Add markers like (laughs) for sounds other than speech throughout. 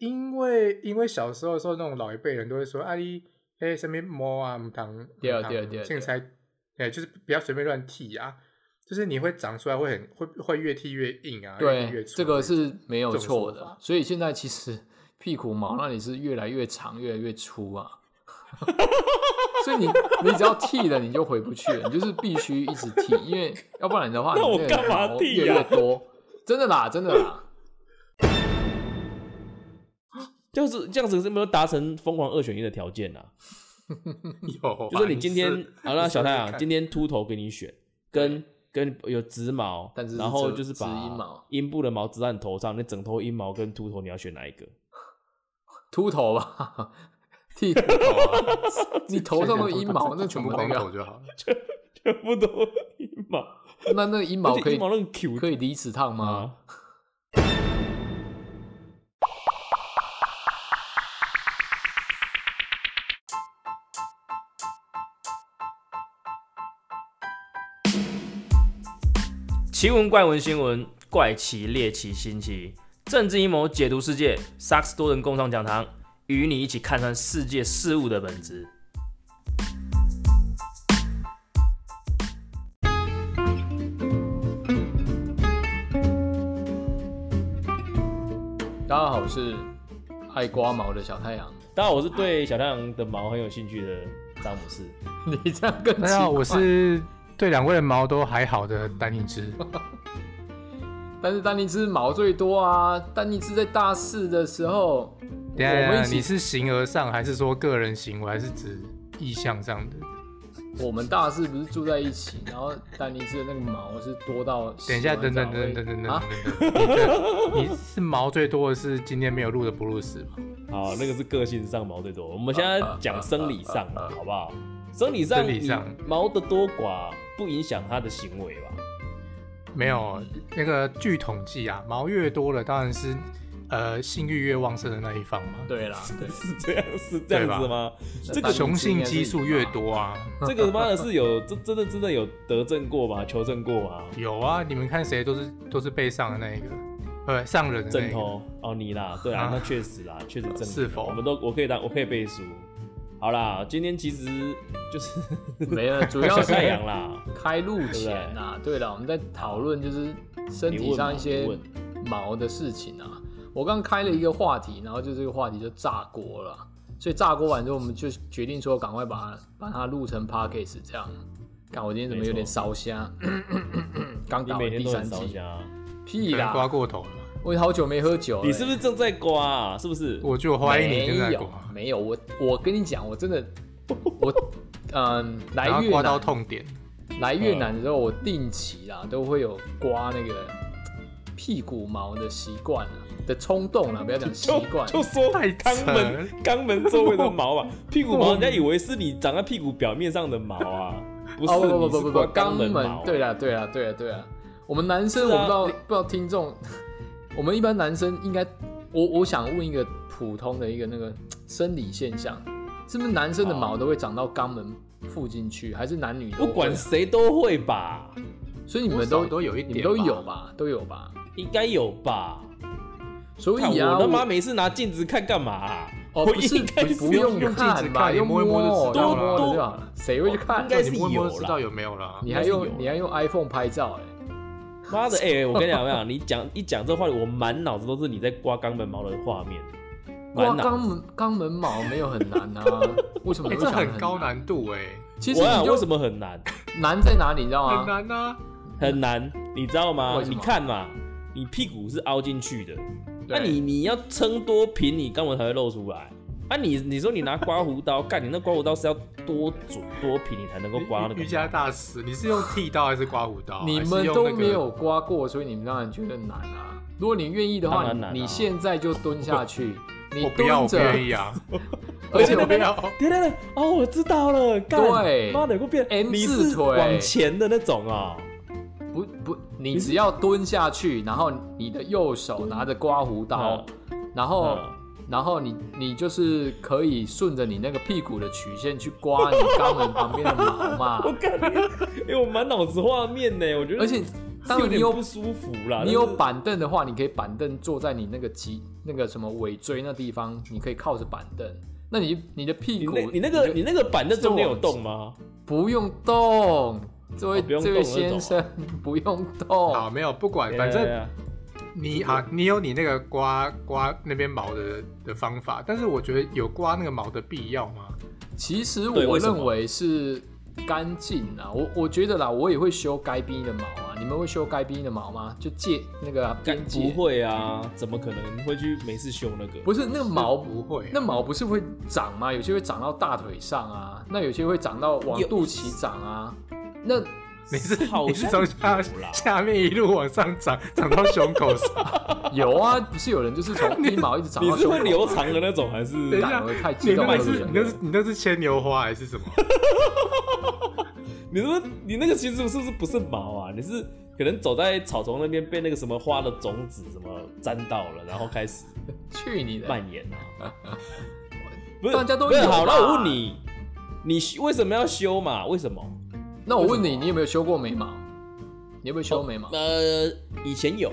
因为因为小时候的时候，那种老一辈人都会说：“啊，你哎，什么摸啊，唔糖，对唔啊糖对啊对啊现在哎，就是不要随便乱剃啊，就是你会长出来会很会会越剃越硬啊，越剃越对，粗这个是没有这种错说的法。所以现在其实 (laughs) 屁股毛那里是越来越长，越来越粗啊。 (laughs) 所以你你只要剃了，你就回不去了，你就是必须一直剃，因为要不然的话， (laughs) 那你我个干嘛毛剃越来越呀多，真的啦，真的啦。就是这样子是没有达成疯狂二选一的条件呐、啊。 (laughs) 有，啊就是你今天好那小太你试试阳看今天秃头给你选，跟跟有直毛，但是是然后遮就是把植阴毛阴部的毛植到你头上，那整头阴毛跟秃头你要选哪一个？ (laughs) 秃头吧，剃秃头 (laughs) 啊！你头上都阴毛，那全全部部光那头个，就 (laughs) 好了。全部都阴毛，那那个阴毛而可且以阴毛那个 Q 可以离子烫吗？啊，奇闻怪闻新闻怪奇猎奇新奇政治阴谋解读世界，萨克斯多人共创讲堂，与你一起看穿世界事物的本质。大家好，我是爱刮毛的小太阳。 (laughs) 当然，我是对小太阳的毛很有兴趣的詹姆斯。你这样更大家好，奇啊怪我是对两位的毛都还好的丹尼 (laughs) 之，但是丹尼斯毛最多啊！丹尼斯在大四的时候，我等一下等们一下你一起，是形而上，还是说个人行为，还是指意向上的？我们大四不是住在一起，然后丹尼斯的那个毛是多到洗等一完下，澡会。等等等等等等啊！等等，你的你是毛最多的是今天没有录的布鲁斯吗？好，那个是个性上毛最多。我们现在讲生理上嘛，好不好？生理上，生理上毛的多寡不影响他的行为吧？ (laughs) 没有，那个据统计啊，毛越多了，当然是呃性欲越旺盛的那一方嘛。对啦，对，是这样，是这样子吗？这个雄性激素越多啊，这个他妈的是有这真的真的有得证过吗？求证过吗？有啊，你们看谁都是都是被上的那一个，呃，上人的那枕一个。头哦，你啦，对啊啊，那确实啦，确实证明了是否我们都我可以当我可以背书。好啦，今天其实 (laughs) 就是没了，主小要 (laughs) 是太阳啦，开录前啊，对了，我们在讨论就是身你体问嘛上一些你问毛的事情啊。我刚开了一个话题，然后就这个话题就炸锅了，所以炸锅完之后，我们就决定说赶快把它把它录成 podcast 这样。看我今天怎么有点烧虾，刚你打每完天第都很三烧集，香，屁可能刮啦！过头了，我好久没喝酒了、你是不是正在刮啊？是不是？我就怀疑你正在没有刮，啊没有，我我跟你讲，我真的我嗯来然后越刮南到痛点。来越南的时候，我定期嗯啦都会有刮那个屁股毛的习惯啊的冲动 (laughs) 啦，不要讲习就惯，(laughs) 就说太扯肛门肛门周围的毛啊，屁股哦毛人家以为是你长在屁股表面上的毛啊，不是，哦不你不不是不不刮肛门毛门，啊，对啦对啦对啦对啦，我们男生是我啊不知道、不知道听众，我们一般男生应该，我我想问一个普通的一个那个生理现象，是不是男生的好毛都会长到肛门附近去，还是男女都哦不会管谁都会吧，所以你们多都少都有一啊你点吧们都有吧，都有吧，应该有吧？所看以啊，我他我妈每次拿镜子看干嘛啊？哦，我不是应该不是不用用镜子看吧，看用你摸一摸就知道摸了就好了，谁会去看应？该你是摸一摸就有知道啦。有没有啦。哎你还应该是有用啦你还用 iPhone 拍照哎？(laughs) 妈的，哎、我跟你讲，我跟你讲，你讲一讲这话，我满脑子都是你在刮肛门毛的画面，刮满脑肛门肛门毛没有很难啊，为什么欸你会这想得很高难？难度哎，其实我想你为就什么很难？难在哪里，你知道很吗？难啊。很难，你知道吗为？什你么看嘛，你屁股是凹进去的，对那啊你你要撑多平，你肛门才会露出来。啊你，你说你拿刮胡刀， (laughs) 干你那刮胡刀是要多准多平，你才能够刮那个瑜伽毛。大师，你是用剃刀还是刮胡刀？啊哦你还是们用都那个没有刮过，所以你们当然觉得难啊。如果你愿意的当话，然难啊你你现在就蹲下去，你我不要，蹲我不着，愿意 (laughs) 啊！而且我我不跟你要，对对对，哦，我知道了，干，对妈的，我变 M 你字是腿往前的那种哦，不不，你只要蹲下去，然后你的右手拿着刮胡嗯刀，然后、然后你你就是可以顺着你那个屁股的曲线去刮你肛门旁边的毛 (laughs) 我，嘛干，因为我满脑子画面呢，我觉得， (laughs) 而且当然有你点有不舒服啦，啊你有但是板凳的话，你可以板凳坐在你那个脊那个什么尾椎那地方，你可以靠着板凳。那你你的屁你股那，你那个就你那个板凳中间有洞吗？不用动，这位、哦不用动这位那种啊先生 (laughs) 不用 (laughs) 动，好，没有不管，反哎对正啊你啊，你有你那个刮刮那边毛的的方法，但是我觉得有刮那个毛的必要吗？其实对我为什么认为是干净啊，我我觉得啦，我也会修该逼的毛啊，你们会修该逼的毛吗？就借那个啊干边不界，会啊，怎么可能会去没事修那个？不是那个毛不会啊、那毛不是会长吗？有些会长到大腿上啊，那有些会长到往有肚脐长啊。那 (laughs) 你是好你是像从下有啦下面一路往上长，长到胸口 (laughs) 上。有啊，不是有人就是从一毛一直长你到是胸会口留长的那种还等一是？下干我太，激你动那了个是我你觉那得是你那是牵牛花还是什么？你是不是你那个其实是不是不是毛啊？你是可能走在草丛那边被那个什么花的种子什么沾到了，然后开始去你的！蔓延 (laughs) 啊。不是大家都不是有好，吧那我问你，你为什么要修嘛？为什么？那我问你，你有没有修过眉毛？你有没有修眉毛？呃，以前有，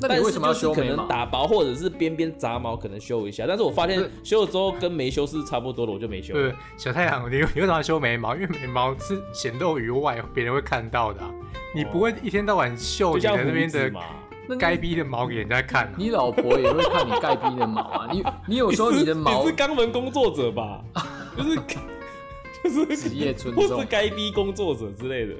那但你是为什么要修就是眉可毛能？打薄或者是边边杂毛，可能修一下。但是我发现对修了之后跟没修是差不多的，我就没修不。是小太阳，你你为什么要修眉毛？因为眉毛是显露于外，别人会看到的啊、你不会一天到晚秀哦就你像的那胡边子的嘛，那该逼的毛给人家看、啊。 (laughs) 你老婆也会看你盖逼的毛啊？你你有时候你的毛你是肛门工作 (laughs) 者吧？就是就是职业尊或重是该逼工作者之类的。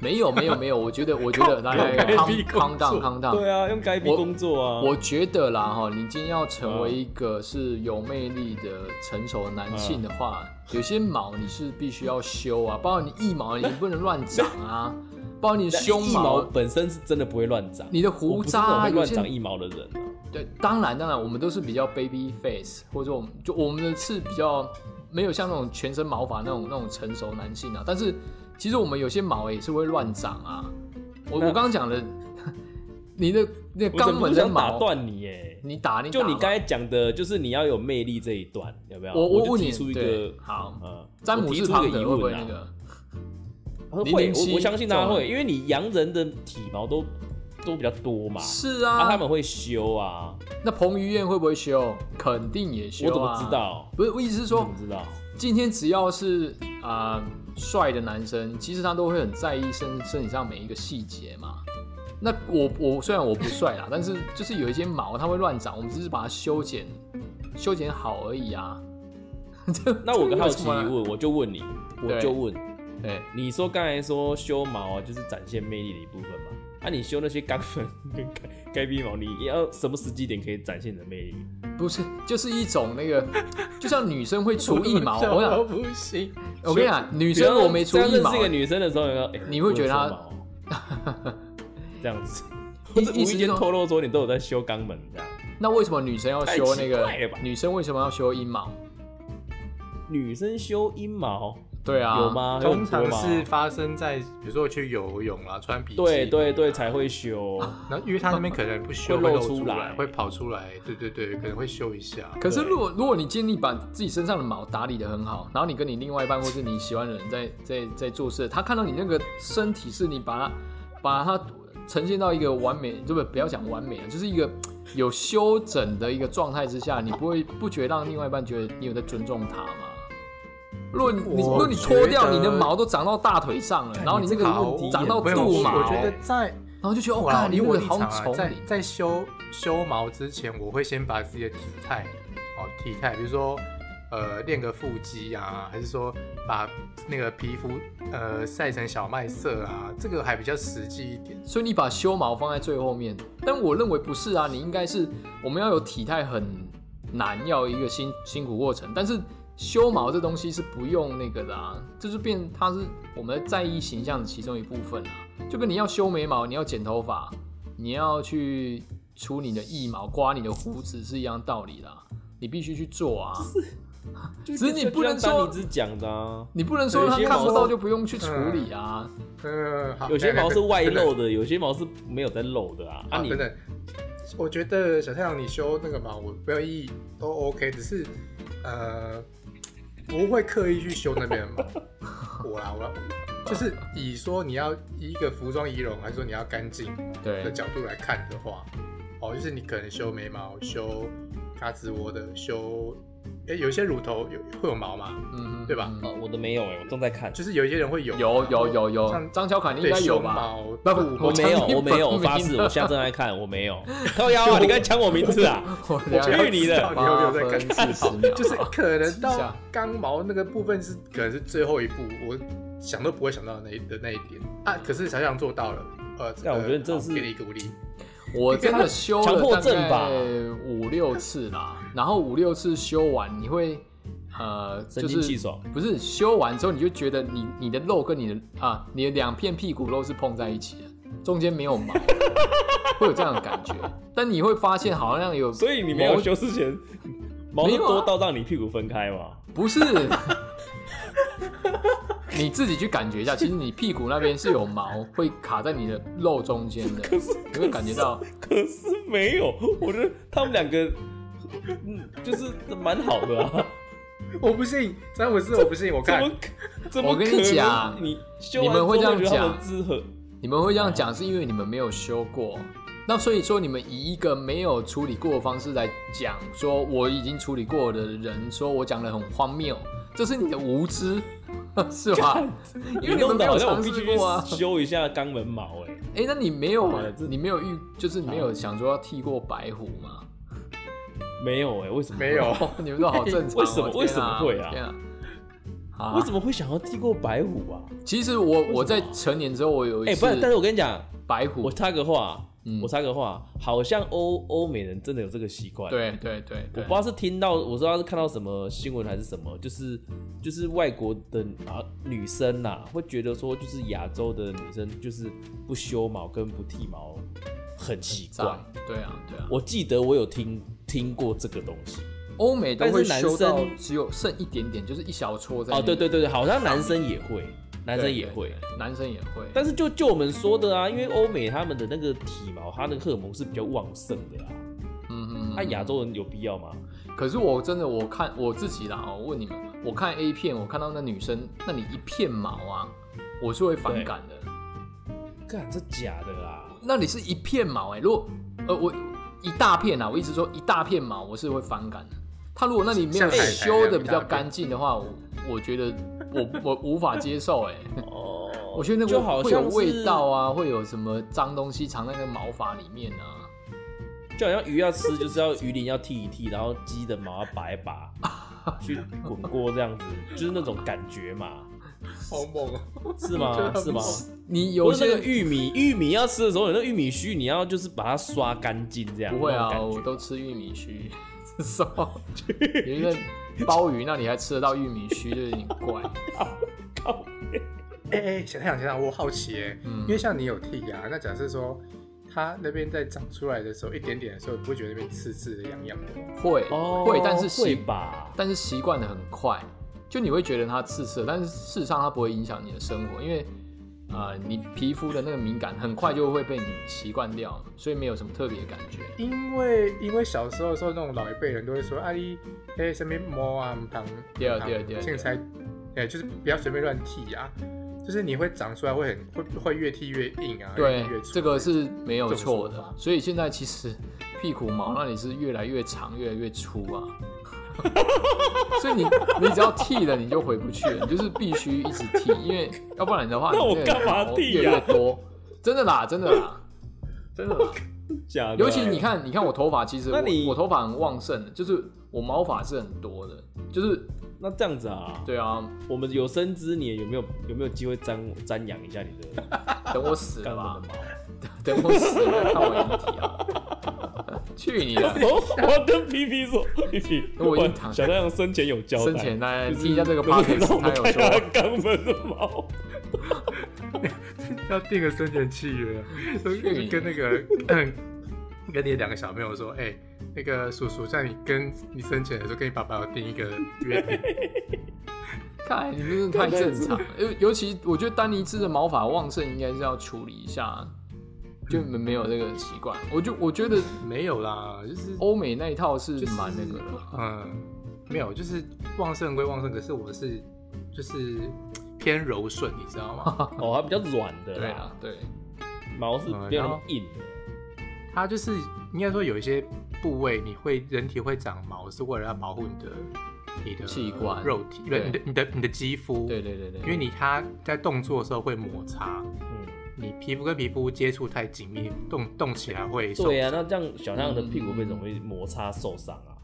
没有没有没有，我觉得我觉得来来来，靠该康逼康工荡作康荡，对啊，用该逼我工作啊。我觉得啦，哈，你今天要成为一个是有魅力的成熟男性的话，嗯有些毛你是必须要修啊，包括你腋毛你不能乱长 (laughs) 啊，包括你的但胸腋毛毛、本身是真的不会乱长，你的胡渣我啊，不是那种会有乱些长腋毛的人啊。对，当然当然，我们都是比较 baby face，或者我们就我们的是比较没有像那种全身毛发那种那种成熟男性啊，但是其实我们有些毛也是会乱长啊，我我那刚刚讲的， (laughs) 你的那我肛怎么门不的想打毛。断你耶？你打你打就你吧刚才讲的，就是你要有魅力这一段，有没有？我啊我我就问提你，出一对个，好，呃，詹我姆提斯出庞一个德疑会不会问那啊，个？会， 007我我相信大家这会，种因为你洋人的体毛都都比较多嘛，是啊，他啊，们会修啊，那彭于晏会不会修？肯定也修我啊。怎么知？道？嗯不是，我意思是我说怎么，知道？今天只要是啊帅的男生，其实他都会很在意身身体上每一个细节嘛。那我我虽然我不帅啦，但是就是有一些毛它会乱长，我们只是把它修剪修剪好而已啊。这那我有个好奇疑，这有什么问，我就问你，我就问，对，你说刚才说修毛啊，就是展现魅力的一部分嘛？那、你修那些肛门跟该该逼毛，你要什么时机点可以展现你的魅力？不是，就是一种那个，就像女生 (laughs) 会除腋毛，我想我不行， (laughs) 我跟你讲，女生我没除刚腋认毛啊识一，个女生的时候，你说，哎你会觉得她我有修毛哦这样 (laughs) 子，意或者无意思意是间说透露说你都有在修肛门这样。那为什么女生要太修奇那个怪了吧？女生为什么要修阴毛？女生修阴毛对啊，有？吗？有通很多常吗是发生在比如说我去游泳啊，穿比基尼对，对对才会修。然后因为它那边可能 (laughs) 不修会会露露出出来，来会跑出来，对对对，可能会修一下。可是对如果如果你建立把自己身上的毛打理的很好，然后你跟你另外一半或是你喜欢的人在在在做事，他看到你那个身体是你把它把它呈现到一个完美，对不对？不要讲完美了，就是一个有修整的一个状态之下，你不会不觉得让另外一半觉得你有在尊重他吗？如果你你我如果你脱掉觉得你的毛都长到大腿上了，然后你那个好问题长到没有肚毛，我觉得在然后就觉得，我哦，啦看你以那我个立好场啊，丑在在修修毛之前，我会先把自己的体态哦体态，比如说呃练个腹肌啊，还是说把那个皮肤呃晒成小麦色啊，这个还比较实际一点。所以你把修毛放在最后面，但我认为不是啊，你应该是我们要有体态很难，要有一个辛辛苦过程，但是修毛这东西是不用那个的啊，这就变它是我们在意形象的其中一部分啊，就跟你要修眉毛，你要剪头发，你要去除你的腋毛、刮你的胡子是一样道理啦，你必须去做啊，就 (laughs) 只是你不能说就像丹尼兹讲的啊，你不能说有他些看不毛到就不用去处理啊，呃，好有些来来毛是外对对露的，有些毛是没有在露的啊。啊，你等等，我觉得小太阳你修那个毛，我没有异议，都 OK，只是呃不会刻意去修那边的 (laughs) 毛。我啦，我啦就是以说你要以一个服装仪容，还是说你要干净对的角度来看的话，哦，就是你可能修眉毛、修嘎吱窝的、修，哎，有一些乳头有会有毛嘛，嗯，对吧嗯？哦，我的没有哎，我正在看。就是有一些人会有有嘛有有有，像张小凯你应对该有胸吧？毛，不不我没有，相信我没有，我本名发誓，的我现在正在看，我没有。靠腰啊！你刚才抢我名字啊？ (laughs) 我我了想解去你的知道你有没有在跟八分进？四十秒 (laughs) (laughs) 就是可能记一下到刚毛那个部分是可能是最后一步，我想都不会想到的那一的那一点啊。可是小想做到了，呃，这但个我觉得这好是给你鼓励，我真的修强了迫大症吧概五六次啦，然后五六次修完，你会呃，神就清气是爽。不是修完之后你就觉得你你的肉跟你的啊，你的两片屁股肉是碰在一起的，中间没有毛，会有这样的感觉。但你会发现好像有，所以你没有修饰前，毛没是有啊多到让你屁股分开吗？不是， (laughs) 你自己去感觉一下，其实你屁股那边是有毛，会卡在你的肉中间的，你会感觉到。可是没有，我觉得他们两个，嗯，就是蛮好的啊。我不信，真的是我不信，我怎看么可怎么我跟你可能讲你修你完们会之后这样觉得他讲们之和你们会这样讲，是因为你们没有修过。那所以说，你们以一个没有处理过的方式来讲，说我已经处理过的人，说我讲的很荒谬，这是你的无知，是吧？因为你们弄没得有好像我尝必须试过啊。修一下肛门毛哎、哎、那你没有对啊这，你没有遇，就是你没有想说要剃过白虎吗？没有哎、为什么没有？哦，你们都好正常哦、 (laughs) 为什么天啊为什么会啊天啊！为啊什，么会想要剃过白虎啊？其实我我在成年之后，我有哎、一不然，但次是我跟你讲，白虎我，插个话，嗯我插个话，好像欧欧美人真的有这个习惯。，对对对我对不知，道是听到，我知道是看到什么新闻还是什么，就是就是外国的啊女生呐、会觉得说就是亚洲的女生就是不修毛跟不剃毛很奇在怪。对啊对啊。我记得我有听听过这个东西欧美都会但是修男到生只有剩一点点，就是一小撮在那哦，里。对对对对，好像男生也会，男生也会对，，对男生也会。但是就就我们说的啊，因为欧美他们的那个体毛，它那个荷尔蒙是比较旺盛的啦、啊，嗯嗯那、亚洲人有必要吗？嗯。可是我真的，我看我自己啦，哦我问你们，我看 A 片，我看到那女生那里一片毛啊，我是会反感的。干，这假的啊啦！那里是一片毛哎、如果呃我一大片啊，我一直说一大片毛，我是会反感的。他如果那里没有像海苔修的比一较样一大片干净的话，我我觉得我 (laughs) 我无法接受哎、哦，我觉得那就个好会像有是味道，啊，会有什么脏东西藏在那个毛发里面啊。就好像鱼要吃，就是要鱼鳞要剃一剃，然后鸡的毛要拔一拔， (laughs) 去滚锅这样子，就是那种感觉嘛，好猛 (laughs) 哦！(laughs) 是吗？是吗？你啊有不是那些个玉米，玉米要吃的时候，有那个玉米须，你要就是把它刷干净，这样不会那啊，种我感觉都吃玉米须， (laughs) 这是什么？有一 (laughs) 个鲍鱼，那你还吃得到玉米须，就有点怪。靠哎哎，想想想想，我好奇哎，嗯因为像你有剃牙，那假设说它那边在长出来的时候，一点点的时候，你不会觉得那边刺刺的、痒痒的吗？会哦，会，但是会习吧？但是习惯的很快，就你会觉得它刺刺的，但是事实上它不会影响你的生活，因为啊，你皮肤的那个敏感很快就会被你习惯掉，所以没有什么特别的感 (laughs) 觉。因为因为小时候的时候，那种老一辈人都会说：“啊，你哎，什么摸啊，糖对啊对啊对啊现在哎，就是不要随便乱剃啊，就是你会长出来会很会会越剃越硬啊，越对剃越，粗这个是没有错这种说的。所以现在其实屁股毛那里是越来越长，越来越粗 (laughs) 啊。所以你你只要剃了，你就回不去了，你就是必须一直剃，因为要不然的话，那我你干嘛毛剃呀越来越多，真的啦，真的啦，真的啦。假的，尤其你看，你看我头发，其实那我你我头发很旺盛的，就是我毛发是很多的，就是那这样子啊，对啊，我们有生之年有没有有没有机会瞻瞻仰一下你的等我死肛了吧门的，毛？等我死了看我遗体啊， (laughs) 去你的！我哦我跟皮皮说，皮皮，那我已经躺小太阳生前 (laughs) 有交代，生前来就是听一下这个能不 podcast，能让我们他有看一下他说肛门的毛。要定个生前契约， (laughs) 就是跟那个 (coughs) 跟你两个小朋友说，哎、那个叔叔在你跟你生前的时候，跟你爸爸有定一个约定，看来你们真的太正 (laughs) 常了，尤尤其我觉得丹尼兹的毛发旺盛，应该是要处理一下，就没没有这个习惯。我就我觉得没有啦，就是欧美那一套是就是蛮那个的，嗯，没有，就是旺盛归旺盛，可是我是就是偏柔顺，你 (laughs) 知道吗？哦，它比较软的对啊啦啊，，对。毛是比较硬的。它就是应该说有一些部位你会人体会长毛，是为了要保护你的你的器官肉体，不对你的你的你的肌肤，对对对对，因为你它在动作的时候会摩擦，嗯，你皮肤跟皮肤接触太紧密，动动起来会受对啊，伤那这样小象的屁股会容易摩擦受伤啊。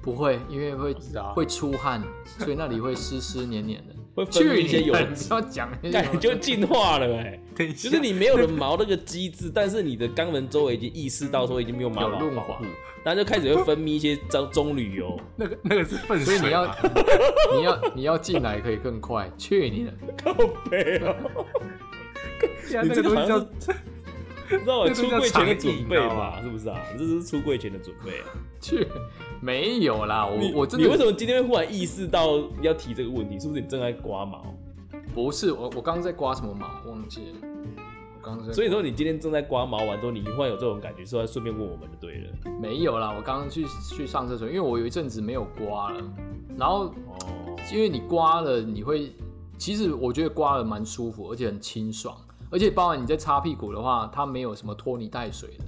不会，因为会知道啊会出汗， (laughs) 所以那里会湿湿黏黏的。会分泌去一些你油的！你脂不要讲那些感什么觉就进化了哎、 (laughs) (laughs) 等一就下是你没有了毛那个机制，但是你的肛门周围已经意识到说已经没有毛有了，润滑，然后就开始会分泌一些棕棕榈油，那个那个是粪所以你水要吧， (laughs) 你要你要进来可以更快。去你的！靠背哦、对啊你那这个个东好西像叫是 (laughs) 你知道我那出个叫柜前的肠准疫备你知道嘛？吗是不是啊？你这是出柜前的准备、啊。去没有啦，我你我真你为什的么今天会忽然意识到要提这个问题？是不是你正在刮毛？不是我我刚刚在刮什么毛忘记了，我刚刚在所以说你今天正在刮毛完之后，你忽然有这种感觉，是要顺便问我们就对了。没有啦，我刚刚去去上厕所，因为我有一阵子没有刮了，然后哦，因为你刮了，你会，其实我觉得刮了蛮舒服，而且很清爽，而且包含你在擦屁股的话，它没有什么拖泥带水的。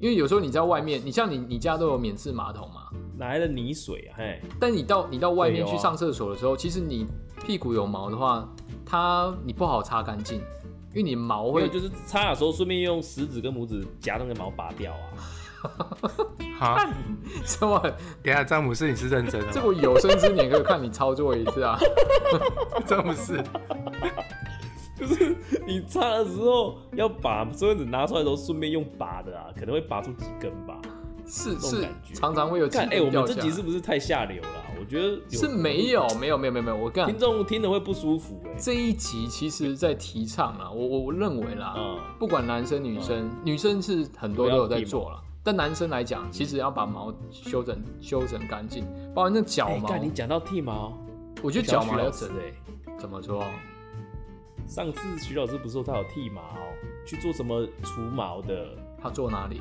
因为有时候你在外面，你像你你家都有免治马桶嘛，哪来的泥水啊？嘿，但你到你到外面对有去啊上厕所的时候，其实你屁股有毛的话，它你不好擦干净，因为你毛我会有就是擦的时候顺便用食指跟拇指夹那个毛拔掉啊。 (laughs) 好。什么？等一下，詹姆斯，你是认真的吗？这 (laughs) 我有生之年可以看你操作一次啊！詹姆斯，就是你擦的时候要把卫生纸拿出来的时候，顺便用拔的啊，可能会拔出几根吧。是 (laughs) 这种是感，觉常常会有几看，哎、我根们掉这下来。集是不是太下流了啊、我觉得有是没有没有没有没有没有，我跟你 (laughs) 听讲众听的会不舒服哎、这一集其实在提倡啦，我我我认为啦，嗯，不管男生女生，女生是很多都有在做嗯了，但男生来讲，其实要把毛修整修整干净，包括那脚哎、毛，干，你讲到剃毛，我觉得脚毛要整，哎、怎么说？上次徐老师不是说他有剃毛，去做什么除毛的？他做哪里？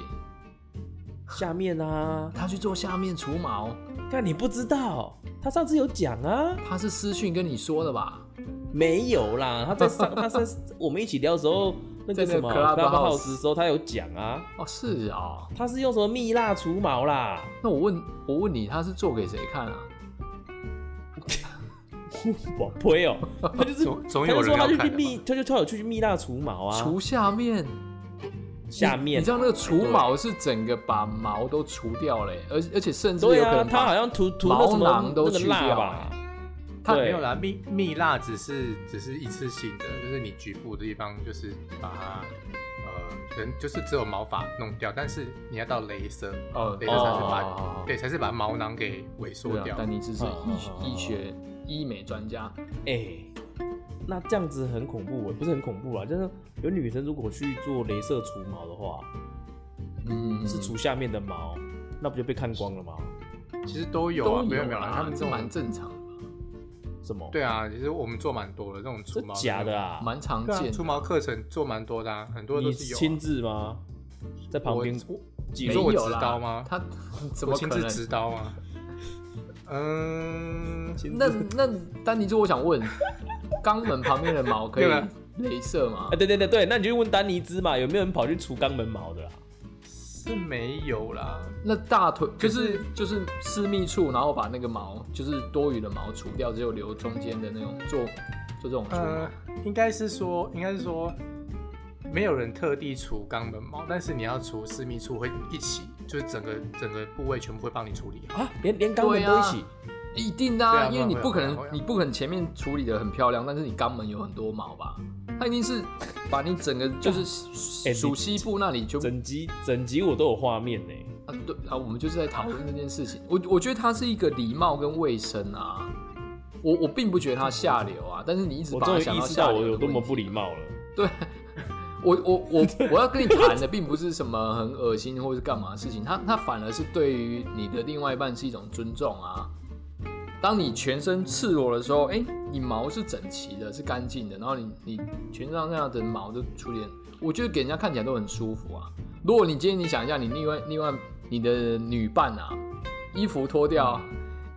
下面 (laughs) 啊，他去做下面除毛，看你不知道，他上次有讲啊，他是私讯跟你说的吧？没有啦，他在 (laughs) 上他在我们一起聊的时候，那个在那个什么 Clubhouse Clubhouse 的时候，他有讲啊，哦，是啊、他是用什么蜜蜡除毛啦？那我问我问你，他是做给谁看啊？宝贝哦，他就是总总他有就说人他要就看去的蜜，吧。他就他有去蜜蜡除毛啊，除下面，下面啊、你知道那个除毛是整个把毛都除掉了耶，而而且甚至对有可啊，能他把好像涂涂那什毛么囊都那个去蜡掉吧，它对没有啦，蜜蜜蜡只是只是一次性的，就是你局部的地方，就是把它呃，可能就是只有毛发弄掉，但是你要到镭射，哦镭射才是把、哦对，才是把毛囊给萎缩对啊掉。但你只是哦医哦学哦医学医美专家，哎、那这样子很恐怖欸，不是很恐怖啦，就是有女生如果去做镭射除毛的话，嗯，是除下面的毛，那不就被看光了吗？其实都有啊，都没有有没有啦，他他们们这这种蛮正常的什么？对啊，其实我们做蛮多的这种除这毛假的啊吧，？蛮常对啊，见除的。毛课程做蛮多的啊，很多你都是有、啊。亲自吗？在旁边我记你没说我有执啦刀吗？他 (laughs) 怎我么亲可自能？执刀啊？嗯，那那丹尼斯，我想问， (laughs) 肛门旁边的毛可以对啊镭射吗呃啊，？对对对对，那你就问丹尼兹嘛，有没有人跑去除肛门毛的啦？啊是没有啦。那大腿可就是就是私密处，然后把那个毛就是多余的毛除掉，只有留中间的那种做做这种除毛呃。，应该是说，应该是说，没有人特地除肛门毛，但是你要除私密处会一起，就是整个整个部位全部会帮你处理好。哦啊，连连肛门对都一啊起，一定的、啊，对啊因为你不可能不然会啊会啊会，啊你不可能前面处理的很漂亮，但是你肛门有很多毛吧？它一定 (laughs) 是把你整个就是哎你属西部那里就整集整集我都有画面呢、啊对啊，我们就是在讨论这件事情。我我觉得它是一个礼貌跟卫生啊，我我并不觉得它下流啊，但是你一直我把终它于想意到识下到流我的有多么问题啊不礼貌了。对。我我 (laughs) 我我要跟你谈的并不是什么很恶心或是干嘛的事情，它它反而是对于你的另外一半是一种尊重啊。当你全身赤裸的时候，哎、你毛是整齐的，是干净的，然后你你全身上那样的毛都出点，我觉得给人家看起来都很舒服啊。如果你今天你想一下，你另外另外你的女伴啊，衣服脱掉，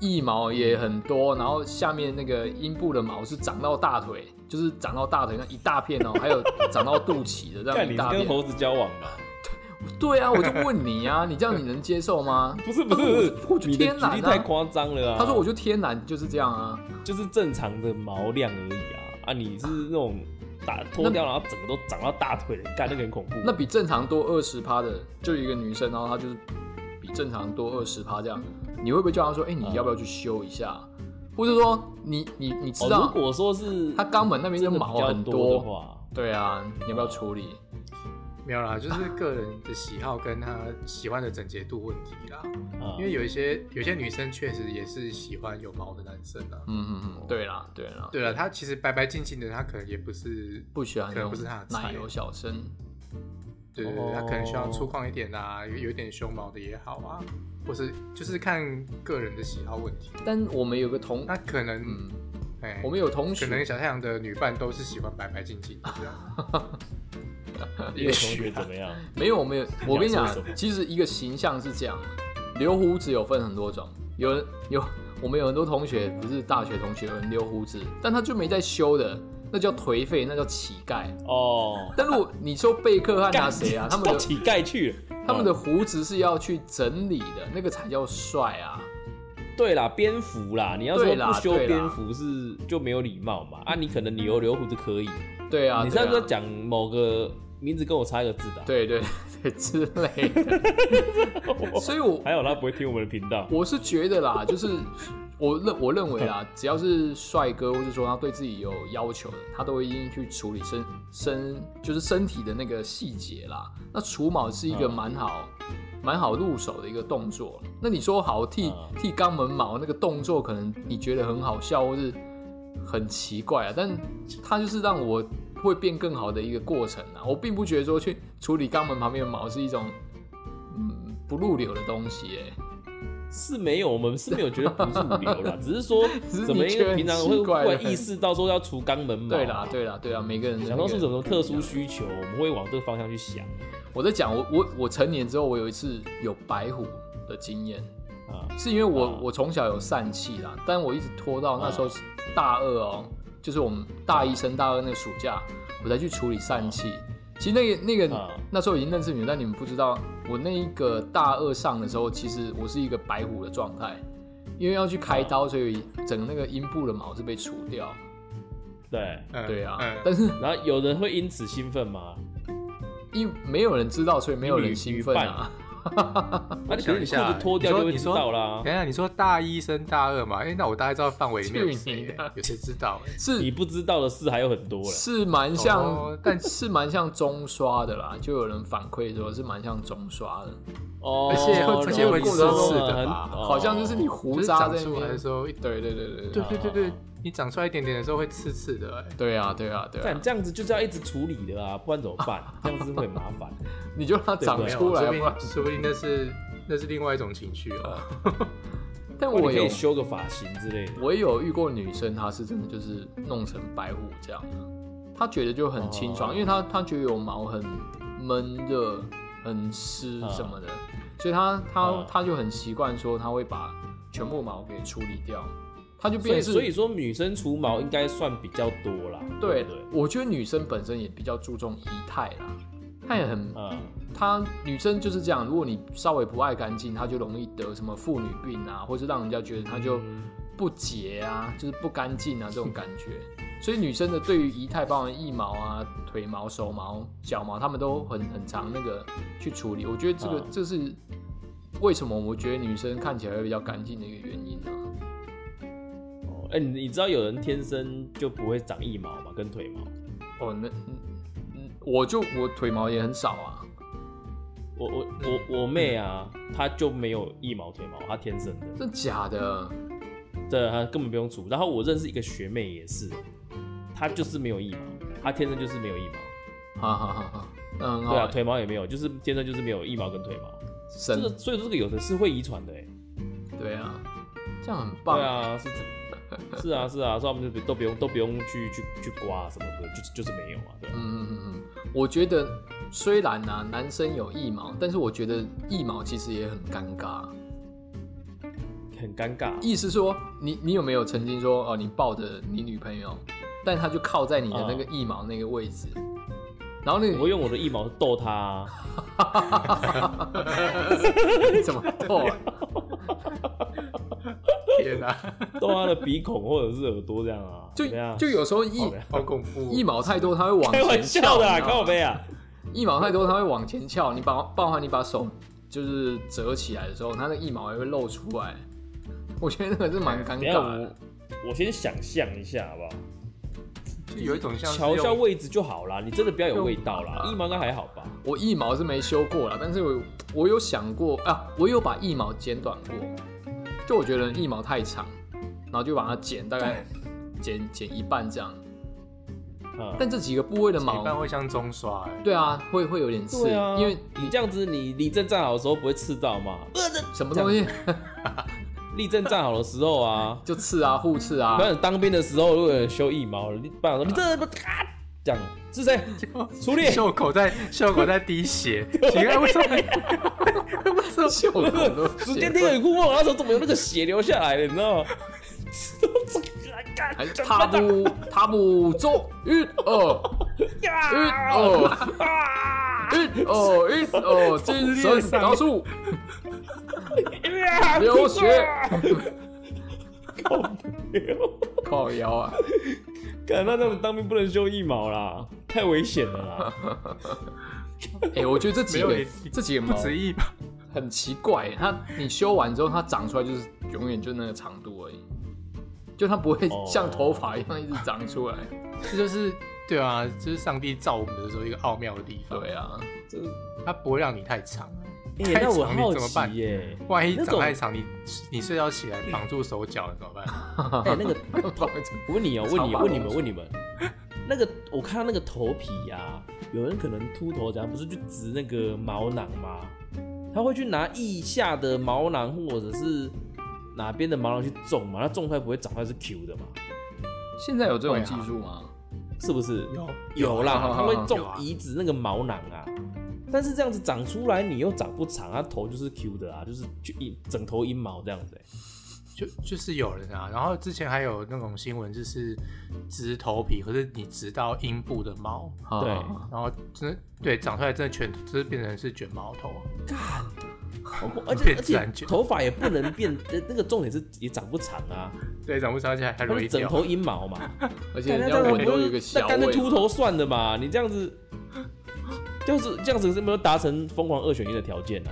腋毛也很多，然后下面那个阴部的毛是长到大腿，就是长到大腿那一大片哦，还有长到肚脐的这看样你一是大跟片。猴子交往吧？啊对啊，我就问你啊，你这样你能接受 (laughs) 吗？不是不他说是，我就你的天举然例啊太夸张了啊！他说我就天然就是这样啊，就是正常的毛量而已啊啊！你是那种打脱掉，然后整个都长到大腿了，干那个很恐怖。那比正常多二十趴的，就一个女生，然后她就是比正常多二十趴这样，你会不会叫她说，哎、你嗯要不要去修一下？或者说你你你知哦，道如果说是她肛门那边真的比毛较很多的话，对啊，你要不要处理？没有啦，就是个人的喜好跟他喜欢的整洁度问题啦。哦啊因为有一些有些女生确实也是喜欢有毛的男生啊。嗯嗯哦嗯，对啦对啦，对了，她其实白白净净的，她可能也不是，不喜欢可那能种不是她的菜奶油小生。对对哦对，她可能需要粗犷一点啊，有有点胸毛的也好啊，或是就是看个人的喜好问题。但我们有个同，那可能，嗯，哎、我们有同可能学，小太阳的女伴都是喜欢白白净净的这啊样，你有同学怎么样？没有，我们有，我跟你讲啊你要说什，么其实一个形象是这样，留胡子有分很多种，有人有，我们有很多同学不是大学同学，有人留胡子，但他就没在修的，那叫颓废，那叫乞丐。 (laughs) 哦，但如果你说贝克汉啊谁啊，他们到的乞丐去了。他们的嗯胡子是要去整理的，那个才叫帅啊。对啦，蝙蝠啦，你要说对啦不修对啦蝙蝠是就没有礼貌嘛？啊，你可能你留留胡子可以，对嗯啊，你对上啊次在讲某个名字跟我差一个字的啊，对对对之类 (laughs) 的，所以我还有他不会听我们的频道。我是觉得 (laughs) 啦，就是我认我认为嗯啦，只要是帅哥，或是说他对自己有要求的，他都会一定去处理身身就是身体的那个细节啦。那除毛是一个嗯蛮好蛮好入手的一个动作。那你说好剃嗯剃肛门毛那个动作，可能你觉得很好笑，或是很奇怪啊，但它就是让我会变更好的一个过程啊。我并不觉得说去处理肛门旁边的毛是一种。嗯，不入流的东西、欸，是没有，我们是没有觉得不入 (laughs) 流啦，只是说只是怎么你觉得很因为平常奇会突怪然意识到说要除肛门毛，对啦，，对啦，对啦，每个人的想那说是个嗯什么特殊需求，我们会往这个方向去想我在讲，我我我成年之后，我有一次有白虎的经验，啊。是因为我、啊我从小有疝气啦，但我一直拖到那时候是大二哦、就是我们大一升大二那个暑假，我才去处理疝气。其实那个那个、啊那时候已经认识你们，但你们不知道，我那一个大二上的时候，其实我是一个白虎的状态，因为要去啊开刀，所以整个那个阴部的毛是被除掉。对，嗯对啊，嗯但是然后有人会因此兴奋吗？因为没有人知道，所以没有女人兴奋女啊伴。啊，可是想一下你裤子脱掉你说就会你知说道啦等。一下，你说大一升大二嘛？哎、那我大概知道范围里面有去你谁、的有谁知道、哎是你不知道的事还有很多了。是蛮像，哦但是蛮像中刷的啦，就有人反馈说是蛮像中刷的，哦，而且而且会你过得说是的很吧哦好像就是你胡就是渣长在出来那的边时。候，对对对对对对啊对对对，你长出来一点点的时候会刺刺的、哎对啊对啊对干啊，这样子就是要一直处理的啊，不然怎么 (laughs) 办？这样子会很麻烦。你就让它长对没有啊出来说不嘛定。说不定那是那是另外一种情绪啊哦。但不然我你可有以修个发型之类的。我也有遇过女生，她是真的就是弄成白虎这样的，她觉得就很清爽，哦因为她她觉得有毛很闷热、很湿嗯什么的，所以她她嗯她就很习惯说她会把全部毛给处理掉，她就所变以成所以是。说女生除毛应该算比较多啦。对不对，，我觉得女生本身也比较注重仪态啦，她也很，嗯，她女生就是这样，如果你稍微不爱干净，她就容易得什么妇女病啊，或是让人家觉得她就嗯不洁啊，就是不干净啊这种感觉。所以女生的对于仪态，包含腋毛啊、腿毛、手毛、脚毛，她们都很很常那个去处理。我觉得这个、嗯这是为什么我觉得女生看起来会比较干净的一个原因呢、啊哦哎、你你知道有人天生就不会长腋毛吗？跟腿毛？哦，那嗯嗯，我就我腿毛也很少啊。我我我我妹啊，她就没有腋毛腿毛，她天生的，真假的？对，她根本不用除。然后我认识一个学妹也是，她就是没有腋毛，她天生就是没有腋毛，哈哈哈哈，那很好对啊，欸，腿毛也没有，就是天生就是没有腋毛跟腿毛。这神个所以说这个有的是会遗传的哎、对啊，这样很棒对。啊，是这是啊是啊，所以我们就都不用都不用去去去刮什么的，就是就是没有啊，对啊嗯嗯嗯嗯，我觉得虽然呢、啊，男生有腋毛，但是我觉得腋毛其实也很尴尬。很尴尬。意思说，你你有没有曾经说哦，你抱着你女朋友，但她就靠在你的那个腋毛那个位置，然后那我个用我的腋毛去逗他啊、 (laughs) 怎么逗啊？天哪、啊， (laughs) 动他的鼻孔或者是耳朵这样啊？就怎么样就有时候一好的好恐怖！哦一毛太多，它会往开玩前笑翘的啊，你知看道我吗背啊，一毛太多，它会往前翘。你把包含你把手就是折起来的时候，它那个一毛也会露出来。我觉得那个是蛮尴哎等一下尬我的。我先想象一下好不好？就有一种像是瞧一下用位置就好啦，你真的不要有味道啦。用啊一毛应该还好吧？我一毛是没修过啦，但是我我有想过啊，我有把一毛剪短过，就我觉得一毛太长，然后就把它剪大哎概剪剪一半这样。嗯，但这几个部位的一般毛，会像中刷、欸，对啊，会会有点刺，对啊，因为你这样子，你立正站好的时候不会刺到嘛？什么东西 (laughs)，立正站好的时候啊就刺啊、互刺啊 (laughs) 不，然当兵的时候如果有人修一毛，你班长嗯说你这不啊，这样是谁？苏烈， (laughs) 袖口在袖口在滴 (laughs) 血，奇怪为什么？哦为什么？袖口都只见天眼哭梦，然后怎么有那个血流下来了？你知 (laughs) 道吗？ (laughs) 这个啊干还是踏步踏步走，一二一二啊一二一二，精神高速，啊流血， (laughs) 靠背哦靠腰啊！干，那那种当兵不能修一毛啦，太危险了啦。哎、我觉得这几没个有也这几个不毛止一吧？很奇怪，它你修完之后，它长出来就是永远就那个长度而已，就它不会哦像头发一样一直长出来。 (laughs) 这就是对啊，就是上帝造我们的时候一个奥妙的地方。对，啊，这，它不会让你太长。(laughs) 哎、太那我长你好怎么办 (laughs) 奇耶、万一那长种太长，你你睡觉起来绑住手脚了怎么办？哎、那个不好意思我问你 (laughs) 哦、长问你，发问你公们，主问你们，那个我看到那个头皮呀、有人可能秃头，怎样不是去植那个毛囊吗？他会去拿腋下的毛囊或者是哪边的毛囊去种嘛？那种出来不会长出来是 Q 的嘛？现在有这对种啊技术吗？是不是？有 (laughs) 有啦，有啊他会种有啊移植那个毛囊啊。但是这样子长出来，你又长不长，它头就是 Q 的啊，就是就一整头阴毛这样子、欸。就就是有人啊，然后之前还有那种新闻，就是植头皮，可是你植到阴部的毛，好对好好然后真的对长出来真的全就是变成是卷毛头，啊好不而且哦变而自然且卷头发也不 (laughs) 能变，呃那个重点是也长不长啊，对，长不长起来还它容是易 (laughs) 整掉。头阴毛 (laughs) 嘛。而且干那人这家样子闻不都有是一个小那干脆味。秃头算了嘛，你这样子，就是这样子是没有达成疯狂二选一的条件啊。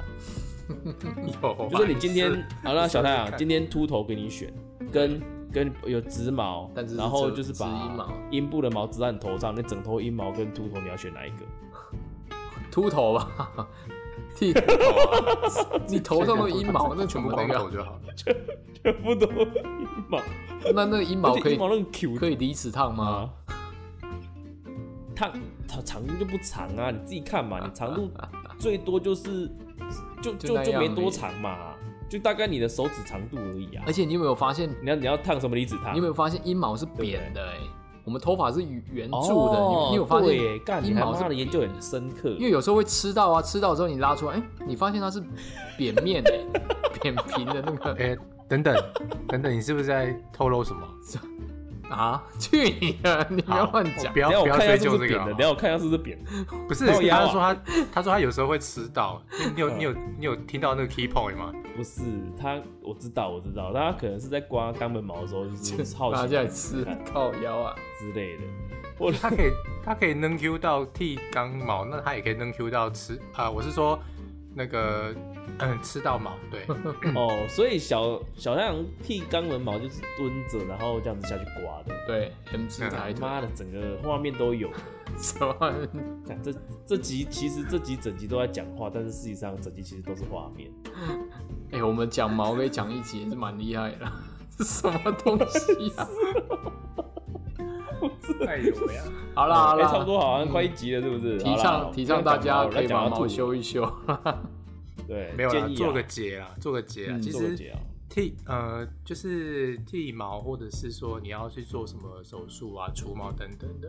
有，就是你今天是好了，你试小试太阳看今天秃头给你选，跟跟有直毛但是，是然后植就是植阴把毛阴部的毛植到你头上，那整头阴毛跟秃头你要选哪一个？秃头吧，剃，你头上都阴毛，那全全部部那光头个，就好了。全部都阴毛，那那个阴毛而可且阴以毛那很 Q 可以离齿烫吗？啊。烫长长就不长啊，你自己看嘛，你 (laughs) 长度最多就是就就就那就样没而已多长嘛，就大概你的手指长度而已啊而。且你有没有发现，你你要你要烫什么离子烫？有没有发现阴毛是扁的？哎，我们头发是圆圆柱的，哦你你有发对耶干现你阴还毛妈是的研究很深刻，因为有时候会吃到啊，吃到之后你拉出来，哎，你发现它是扁面哎，扁平的那 (laughs) 个 (laughs) 哎，等等等等，你是不是在透露什么？啊，去你的，你不好要乱讲不。要等一下不我要看一追下是究不这是个啊哦好扁的，等不好。一下我看一下是不是扁的。不是，靠腰啊嗯他说他他说他有时候会吃到，你有你有你有听到那个 key point (laughs) 吗？不是他，我知道我知道，他可能是在刮肛门毛的时候，就是 (laughs) 好拿奇啊下来吃看，靠腰啊！之类的。他可以，他可以能 Q 到剃肛毛，那他也可以能 Q 到吃啊、我是说那个嗯吃到毛， (laughs) 对，哦，所以小小太阳剃肛门毛就是蹲着，然后这样子下去刮的。对，M 字抬腿，妈的，整个画面都有。什么？ (laughs) 看这这集其实这集整集都在讲话，但是事实上整集其实都是画面。哎、我们讲毛可以讲一集，也是蛮厉害的。 (laughs) 这什么东西 (laughs) 啊？哎呦喂啊！好啦嗯好哎差不啦，多嗯好像快一集了，是不是？提好啦倡提倡大家可以把毛。我修一 (laughs) 修。们对，没有啦建，议啊做个结啦，做个结啦。嗯其做个实解啊。剃呃就是剃毛，或者是说你要去做什么手术啊、除毛等等的，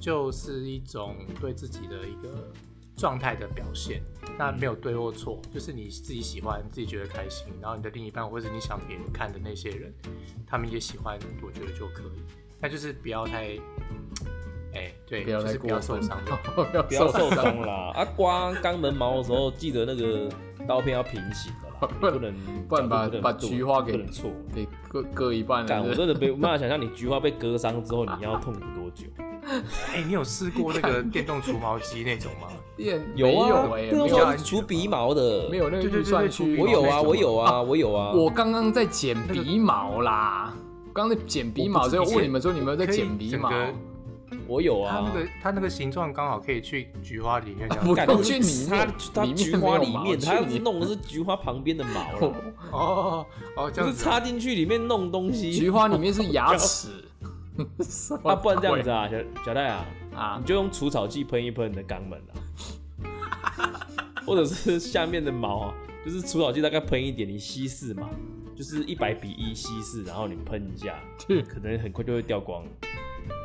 就是一种对自己的一个状态的表现。那没嗯有对或错，就是你自己喜欢、自己觉得开心，然后你的另一半或者你想给人看的那些人，他们也喜欢，我觉得就可以。那就是不要太哎、对，不要就再是不要过受分伤就好。了， (laughs) 不要不要受受伤啦！啊，刮肛门毛的时候，记得那个刀片要平行的 (laughs) 啦，不然不能不然把角度不能把对菊花给不能错。给割割一半干，了我是不真是。的没办法想象你菊花被割伤之后，你要痛苦多久？哎、你有试过那个电动除毛机那种吗？电 (laughs) 没有啊，有哎，那没时候有种是除鼻毛的，没有那个对对预对算对区，除我鼻毛有啊，那种我有啊，我有啊。我刚刚在剪鼻毛啦，刚刚在剪鼻毛，我不所以知我问你们说你们有在剪鼻毛可以？整个我有它啊那。个它那个形状刚好可以去菊花里面这样啊不子。干我去里它面它里面菊花没有里毛面，去它里面弄的是菊花旁边 (laughs) 的毛啦，哦哦，这就样是子啊。插进去里面弄东西。菊花里面是 (laughs) 牙齿，什么啊，不然这样子鬼啊，小小戴啊，啊你，就用除草剂喷一喷你的肛门啊， (laughs) 或者是下面的毛啊，就是除草剂大概喷一点，你稀释嘛，就是一百比一稀释，然后你喷 (laughs) 一下，可能很快就会掉光，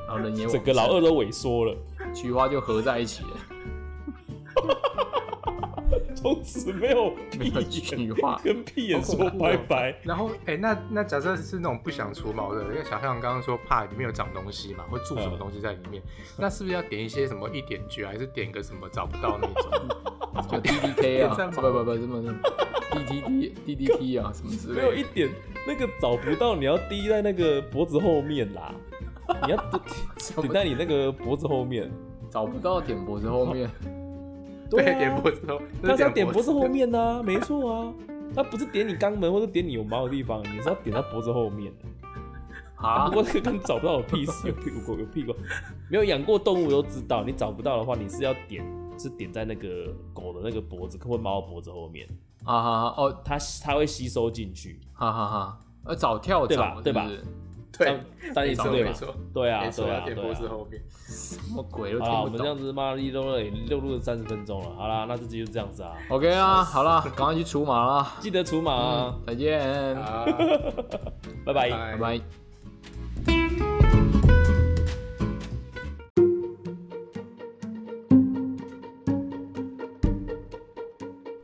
然后人也整个老二都萎缩了，菊花就合在一起了，从此没有没屁有眼菊 (laughs) 花。跟屁眼说好恐怖哦 (laughs) 拜拜。然后，哎、那那假设是那种不想除毛的，因为小象刚刚说怕里面有长东西嘛，会住什么东西在里面，嗯那是不是要点一些什么一点绝，还是点个什么找不到那 (laughs) 种？就 D D K 啊，在忙不不不，什么什么 D T D D D T 啊，什么之没有类一的。点那个找不到，你要滴在那个脖子后面啦，你要 (laughs) 滴么滴在你那个脖子后面，找不到点脖子后 (laughs) 面，对啊点脖子后，他是要在点脖子后面。面呢、啊，没错啊，他不是点你肛门或者点你有毛的地方，你是要点他脖子后面的。啊不，过这个跟找不到有屁事，有屁股有屁股，没有养过动物都知道，你找不到的话，你是要点是点在那个狗的那个脖子或猫的脖子后面，哈哈哈，哦，它它会吸收进去，哈哈哈，呃，找跳对吧蚤对吧是不是对，但没也错是对没吧错？对啊，没错，对要啊，点对脖子啊。后面。 (laughs) 什么鬼都好啊啦，我听不们这样懂。子妈一录了也录录了三十分钟了，好啦，那这集就这样子啊， OK 啊，好啦，赶快去除毛啦，记得除毛啊，再见，啊，拜拜。拜拜。